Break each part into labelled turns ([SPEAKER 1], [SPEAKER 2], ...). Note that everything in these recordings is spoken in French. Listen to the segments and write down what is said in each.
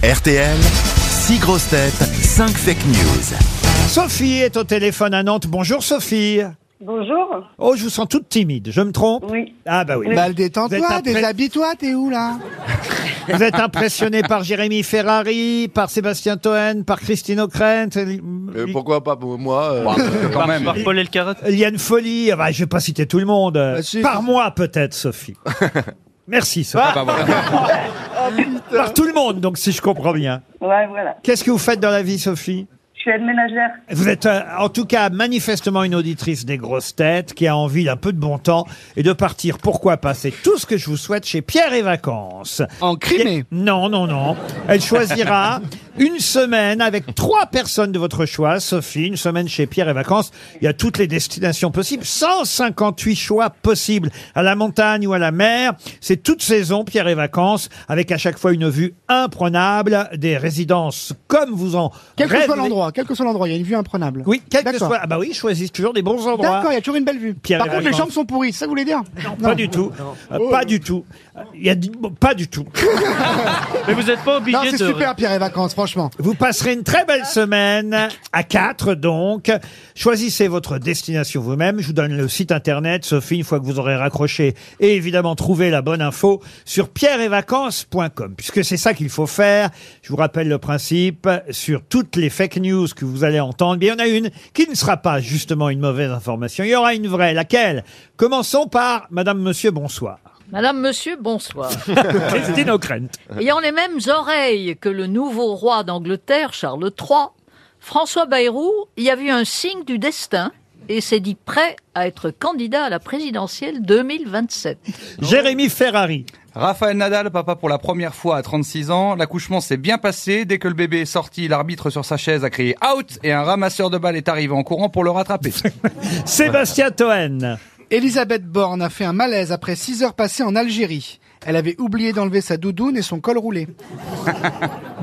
[SPEAKER 1] RTL, 6 grosses têtes, 5 fake news.
[SPEAKER 2] Sophie est au téléphone à Nantes. Bonjour Sophie.
[SPEAKER 3] Bonjour.
[SPEAKER 2] Oh, je vous sens toute timide. Je me trompe
[SPEAKER 3] Oui.
[SPEAKER 2] Ah bah oui.
[SPEAKER 4] Bah,
[SPEAKER 2] Vous êtes
[SPEAKER 4] détends-toi,
[SPEAKER 2] après-
[SPEAKER 4] déshabille-toi, t'es où là
[SPEAKER 2] Vous êtes impressionné par Jérémy Ferrari, par Sébastien Toen, par Christine O'Krent.
[SPEAKER 5] Euh, pourquoi pas pour moi euh,
[SPEAKER 6] Quand même. Par Paul Elkarat.
[SPEAKER 2] Il y a une folie. Ah bah, je vais pas citer tout le monde.
[SPEAKER 4] Ah, si.
[SPEAKER 2] Par moi peut-être, Sophie. Merci Sophie. par tout le monde, donc si je comprends bien.
[SPEAKER 3] Ouais, voilà.
[SPEAKER 2] Qu'est-ce que vous faites dans la vie, Sophie
[SPEAKER 3] Je suis aide ménagère.
[SPEAKER 2] Vous êtes euh, en tout cas manifestement une auditrice des grosses têtes qui a envie d'un peu de bon temps et de partir, pourquoi pas, c'est tout ce que je vous souhaite chez Pierre et Vacances.
[SPEAKER 4] En Crimée.
[SPEAKER 2] Non, non, non. Elle choisira une semaine avec trois personnes de votre choix, Sophie, une semaine chez Pierre et Vacances. Il y a toutes les destinations possibles, 158 choix possibles, à la montagne ou à la mer. C'est toute saison, Pierre et Vacances, avec à chaque fois une vue imprenable des résidences comme vous en
[SPEAKER 4] Quel que soit
[SPEAKER 2] rêvez.
[SPEAKER 4] l'endroit, quel que soit l'endroit, il y a une vue imprenable.
[SPEAKER 2] Oui, quel que
[SPEAKER 4] D'accord.
[SPEAKER 2] soit. Ah bah oui, ils choisissent toujours des bons endroits.
[SPEAKER 4] D'accord, il y a toujours une belle vue.
[SPEAKER 2] Pierre et
[SPEAKER 4] Par contre, les
[SPEAKER 2] vacances.
[SPEAKER 4] chambres sont pourries, c'est ça que vous voulez dire
[SPEAKER 2] Non, Pas du tout. Euh, Pas du tout. Euh, Il y a du- bon, pas du tout.
[SPEAKER 6] Mais vous n'êtes pas obligé
[SPEAKER 4] Non, c'est
[SPEAKER 6] de.
[SPEAKER 4] super, Pierre et vacances, franchement.
[SPEAKER 2] Vous passerez une très belle semaine à quatre donc. Choisissez votre destination vous-même. Je vous donne le site internet, Sophie, une fois que vous aurez raccroché et évidemment trouvé la bonne info sur pierreetvacances.com puisque c'est ça qu'il faut faire. Je vous rappelle le principe sur toutes les fake news que vous allez entendre. Bien, il y en a une qui ne sera pas justement une mauvaise information. Il y aura une vraie. Laquelle? Commençons par Madame, Monsieur, bonsoir.
[SPEAKER 7] Madame, monsieur, bonsoir.
[SPEAKER 2] Christine O'Krent.
[SPEAKER 7] Ayant les mêmes oreilles que le nouveau roi d'Angleterre, Charles III, François Bayrou y a vu un signe du destin et s'est dit prêt à être candidat à la présidentielle 2027.
[SPEAKER 2] Jérémy Ferrari.
[SPEAKER 8] Rafael Nadal, papa pour la première fois à 36 ans. L'accouchement s'est bien passé. Dès que le bébé est sorti, l'arbitre sur sa chaise a crié out et un ramasseur de balles est arrivé en courant pour le rattraper.
[SPEAKER 2] Sébastien Toen.
[SPEAKER 4] Elisabeth Borne a fait un malaise après 6 heures passées en Algérie. Elle avait oublié d'enlever sa doudoune et son col roulé.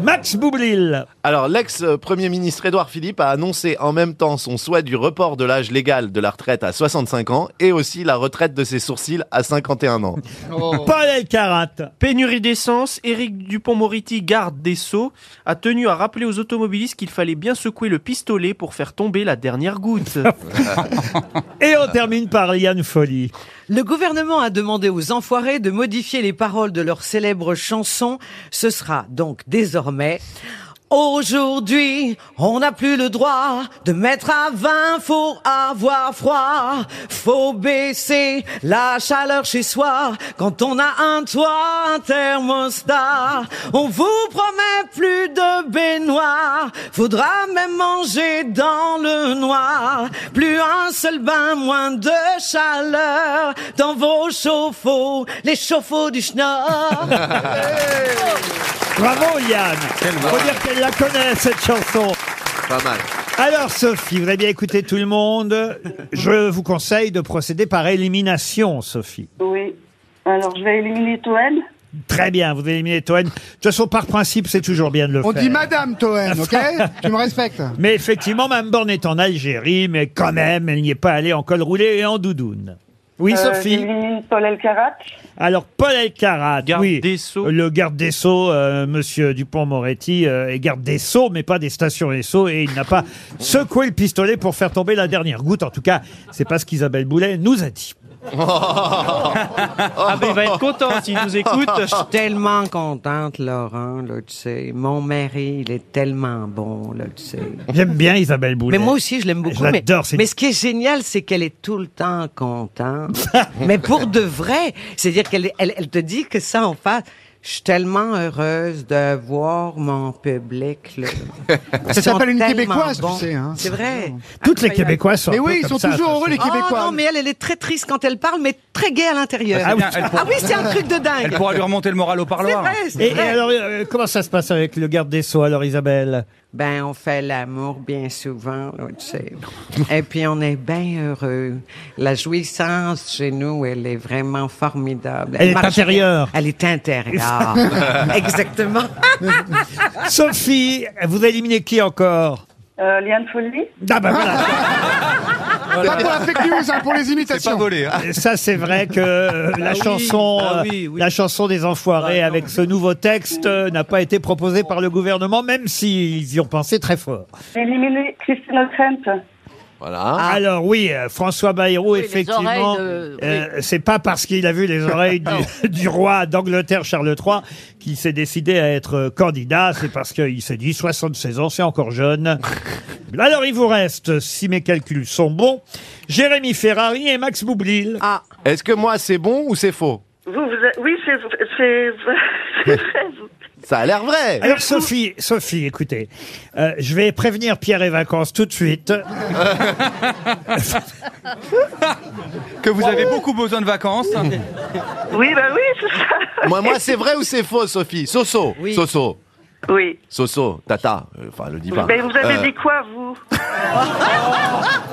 [SPEAKER 2] Max Boublil.
[SPEAKER 5] Alors, l'ex-premier ministre Édouard Philippe a annoncé en même temps son souhait du report de l'âge légal de la retraite à 65 ans et aussi la retraite de ses sourcils à 51 ans.
[SPEAKER 2] Paul Elkarat.
[SPEAKER 6] Pénurie d'essence, Éric Dupont-Moretti, garde des Sceaux, a tenu à rappeler aux automobilistes qu'il fallait bien secouer le pistolet pour faire tomber la dernière goutte.
[SPEAKER 2] Et on termine par Yann Folly.
[SPEAKER 9] Le gouvernement a demandé aux enfoirés de modifier les paroles de leur célèbre chanson. Ce sera donc désormais Aujourd'hui, on n'a plus le droit de mettre à 20, faut avoir froid, faut baisser la chaleur chez soi, quand on a un toit, un thermostat, on vous promet plus de baignoire, faudra même manger dans le noir, plus un seul bain, moins de chaleur, dans vos chauffe-eau, les chauffe-eau du schnorr.
[SPEAKER 2] Bravo Yann. Faut dire qu'elle la connaît cette chanson.
[SPEAKER 5] Pas mal.
[SPEAKER 2] Alors Sophie, vous avez bien écouté tout le monde. Je vous conseille de procéder par élimination, Sophie.
[SPEAKER 3] Oui. Alors, je vais éliminer Toen.
[SPEAKER 2] Très bien, vous éliminez Toen. De toute façon, par principe, c'est toujours bien de le
[SPEAKER 4] On
[SPEAKER 2] faire.
[SPEAKER 4] dit Madame Toen, ok Tu me respectes
[SPEAKER 2] mais effectivement, Mme Borne est en Algérie, mais quand même, elle n'y est pas allée en col roulé et en doudoune. Oui,
[SPEAKER 3] Euh,
[SPEAKER 2] Sophie.
[SPEAKER 3] J'élimine Paul Elkarat.
[SPEAKER 2] Alors, Paul Elkarat,
[SPEAKER 6] Garde
[SPEAKER 2] oui.
[SPEAKER 6] des Sceaux.
[SPEAKER 2] Le garde des Sceaux, euh, monsieur Dupont-Moretti, euh, est garde des Sceaux, mais pas des stations des Sceaux, et il n'a pas secoué le pistolet pour faire tomber la dernière goutte. En tout cas, c'est pas ce qu'Isabelle Boulet nous a dit.
[SPEAKER 6] Ah ben il va être content s'il nous écoute.
[SPEAKER 9] tellement contente, Laurent, là, tu sais. Mon mari, il est tellement bon, là, tu sais.
[SPEAKER 2] J'aime bien Isabelle Boulet.
[SPEAKER 9] Mais moi aussi, je l'aime beaucoup.
[SPEAKER 2] Je
[SPEAKER 9] mais,
[SPEAKER 2] l'adore, c'est-
[SPEAKER 9] mais ce qui est génial, c'est qu'elle est tout le temps contente. mais pour de vrai. C'est-à-dire qu'elle elle, elle te dit que ça en face. Je suis tellement heureuse de voir mon public. Là. Ils
[SPEAKER 4] Ça
[SPEAKER 9] sont
[SPEAKER 4] s'appelle une
[SPEAKER 9] tellement
[SPEAKER 4] Québécoise, tu
[SPEAKER 9] bons.
[SPEAKER 4] sais, hein. Ah,
[SPEAKER 9] C'est vrai.
[SPEAKER 2] Toutes les
[SPEAKER 9] Incroyable.
[SPEAKER 2] Québécois sont.
[SPEAKER 4] Mais
[SPEAKER 2] un peu
[SPEAKER 4] oui, ils
[SPEAKER 2] comme
[SPEAKER 4] sont
[SPEAKER 2] ça,
[SPEAKER 4] toujours heureux, les
[SPEAKER 9] Oh
[SPEAKER 4] Québécois.
[SPEAKER 9] non, mais elle, elle est très triste quand elle parle, mais très gaie à l'intérieur.
[SPEAKER 8] Ah, c'est bien, elle
[SPEAKER 9] ah oui, c'est un truc de dingue.
[SPEAKER 8] Elle pourra lui remonter le moral au
[SPEAKER 9] C'est
[SPEAKER 8] parloir.
[SPEAKER 9] vrai, c'est
[SPEAKER 2] Et, et
[SPEAKER 9] vrai.
[SPEAKER 2] alors, euh, comment ça se passe avec le garde des Sceaux, alors Isabelle
[SPEAKER 9] Ben, on fait l'amour bien souvent, là, tu sais. Et puis, on est bien heureux. La jouissance chez nous, elle est vraiment formidable.
[SPEAKER 2] Elle est
[SPEAKER 9] marche bien.
[SPEAKER 2] intérieure.
[SPEAKER 9] Elle est intérieure. Exactement.
[SPEAKER 2] Sophie, vous éliminez qui encore
[SPEAKER 3] Euh, Liane Folly.
[SPEAKER 2] Ah bah voilà
[SPEAKER 4] Pas pour la fake news, hein, pour les
[SPEAKER 8] C'est pas
[SPEAKER 4] imitations.
[SPEAKER 8] volé. hein.
[SPEAKER 2] Et ça, c'est vrai que euh, la
[SPEAKER 6] oui,
[SPEAKER 2] chanson,
[SPEAKER 6] bah
[SPEAKER 2] euh,
[SPEAKER 6] oui, oui.
[SPEAKER 2] la chanson des enfoirés
[SPEAKER 6] Bah,
[SPEAKER 2] avec ce nouveau texte euh, n'a pas été proposée par le gouvernement, même s'ils y ont pensé très fort.
[SPEAKER 3] J'ai éliminé Christine O'Krent.
[SPEAKER 5] Voilà.
[SPEAKER 2] Alors oui, euh, François Bayrou,
[SPEAKER 7] Ah. Oui, les
[SPEAKER 2] effectivement,
[SPEAKER 7] oreilles de-
[SPEAKER 2] euh, c'est pas parce qu'il a vu les oreilles du, du roi d'Angleterre Charles III qu'il s'est décidé à être euh, candidat. C'est parce qu'il s'est dit 76 ans, c'est encore jeune. Alors il vous reste, si mes calculs sont bons, Jérémy Ferrari et Max Boublil.
[SPEAKER 9] Ah,
[SPEAKER 5] Est-ce que moi c'est bon ou c'est faux
[SPEAKER 3] Vous, vous êtes- oui, c'est c'est- c'est vrai, vous.
[SPEAKER 5] Ça a l'air vrai.
[SPEAKER 2] Alors Sophie, Sophie, écoutez, euh, je vais prévenir Pierre et Vacances tout de suite.
[SPEAKER 8] Que vous avez beaucoup besoin de vacances. hein,
[SPEAKER 3] Oui, bah oui, c'est ça.
[SPEAKER 5] Moi, moi c'est vrai ou c'est faux, Sophie Soso,
[SPEAKER 9] Oui.
[SPEAKER 5] Soso,
[SPEAKER 3] Oui.
[SPEAKER 5] Soso, Tata. Euh, Enfin, le dis pas.
[SPEAKER 3] Ben, vous avez
[SPEAKER 5] Euh,
[SPEAKER 3] dit quoi, vous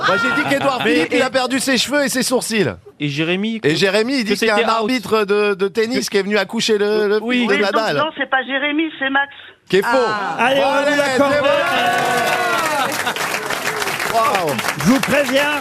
[SPEAKER 5] moi, j'ai dit qu'Edouard Philippe, il a perdu ses cheveux et ses sourcils.
[SPEAKER 6] Et Jérémy
[SPEAKER 5] Et Jérémy, il dit
[SPEAKER 6] Que
[SPEAKER 5] qu'il y a
[SPEAKER 6] c'était
[SPEAKER 5] un
[SPEAKER 6] out.
[SPEAKER 5] arbitre de, de tennis qui est venu accoucher le, le
[SPEAKER 6] Oui.
[SPEAKER 5] fils de
[SPEAKER 3] Oui, donc,
[SPEAKER 5] Nadal.
[SPEAKER 3] non, c'est pas Jérémy, c'est Max.
[SPEAKER 5] Qui est faux.
[SPEAKER 2] Ah. Allez, on va vous
[SPEAKER 5] Allez,
[SPEAKER 2] l'accorder.
[SPEAKER 5] c'est vrai. Waouh.
[SPEAKER 2] Je vous préviens,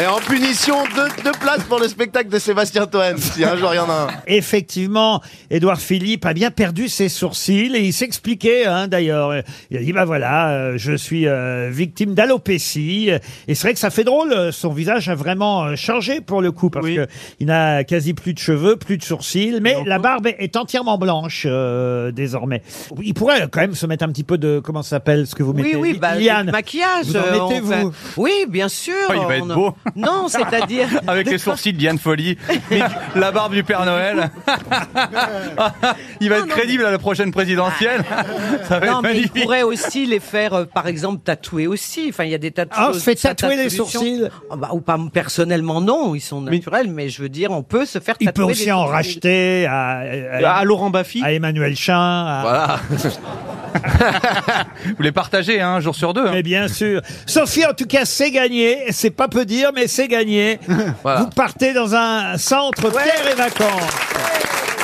[SPEAKER 5] Et en punition, deux, deux places pour le spectacle de Sébastien Toen. Si un jour il y en a un.
[SPEAKER 2] effectivement, Édouard Philippe a bien perdu ses sourcils et il s'expliquait hein, d'ailleurs. Il a dit bah voilà, euh, je suis euh, victime d'alopécie et c'est vrai que ça fait drôle. euh, Son visage a vraiment euh, changé pour le coup parce
[SPEAKER 6] Oui.
[SPEAKER 2] que il n'a quasi plus de cheveux, plus de sourcils, mais la barbe est entièrement blanche euh, désormais. Il pourrait euh, quand même se mettre un petit peu de comment ça s'appelle ce que vous
[SPEAKER 9] oui,
[SPEAKER 2] mettez,
[SPEAKER 9] oui, bah,
[SPEAKER 2] Liliane.
[SPEAKER 9] du maquillage.
[SPEAKER 2] vous en
[SPEAKER 9] euh, on
[SPEAKER 2] mettez,
[SPEAKER 9] fait-
[SPEAKER 2] vous
[SPEAKER 9] Oui, bien sûr.
[SPEAKER 8] Ah, il va être
[SPEAKER 9] on-
[SPEAKER 8] beau.
[SPEAKER 9] Non, c'est-à-dire.
[SPEAKER 8] Avec les sourcils de Diane Folie, mais du- la barbe du Père Noël. il va être crédible à la prochaine présidentielle. Ça va
[SPEAKER 9] Non,
[SPEAKER 8] être
[SPEAKER 9] mais il
[SPEAKER 8] magnifique.
[SPEAKER 9] pourrait aussi les faire, euh, par exemple, tatouer aussi. Enfin, il y a des tatouages.
[SPEAKER 2] Ah, on se fait tatouer les sourcils
[SPEAKER 9] Ah, bah, Ou pas personnellement, non. Ils sont naturels, mais je veux dire, on peut se faire tatouer.
[SPEAKER 2] Il peut
[SPEAKER 9] les
[SPEAKER 2] aussi en
[SPEAKER 9] sourcils.
[SPEAKER 2] racheter à, à-
[SPEAKER 6] Euh, à Laurent Baffy.
[SPEAKER 2] à Emmanuel Chin. à-
[SPEAKER 5] Voilà.
[SPEAKER 8] Vous les partagez un jour sur deux. hein.
[SPEAKER 2] Mais bien sûr. Sophie, en tout cas, c'est gagné. C'est pas peu dire, mais c'est gagné.
[SPEAKER 5] Voilà.
[SPEAKER 2] Vous partez dans un centre Pierre et Vacances.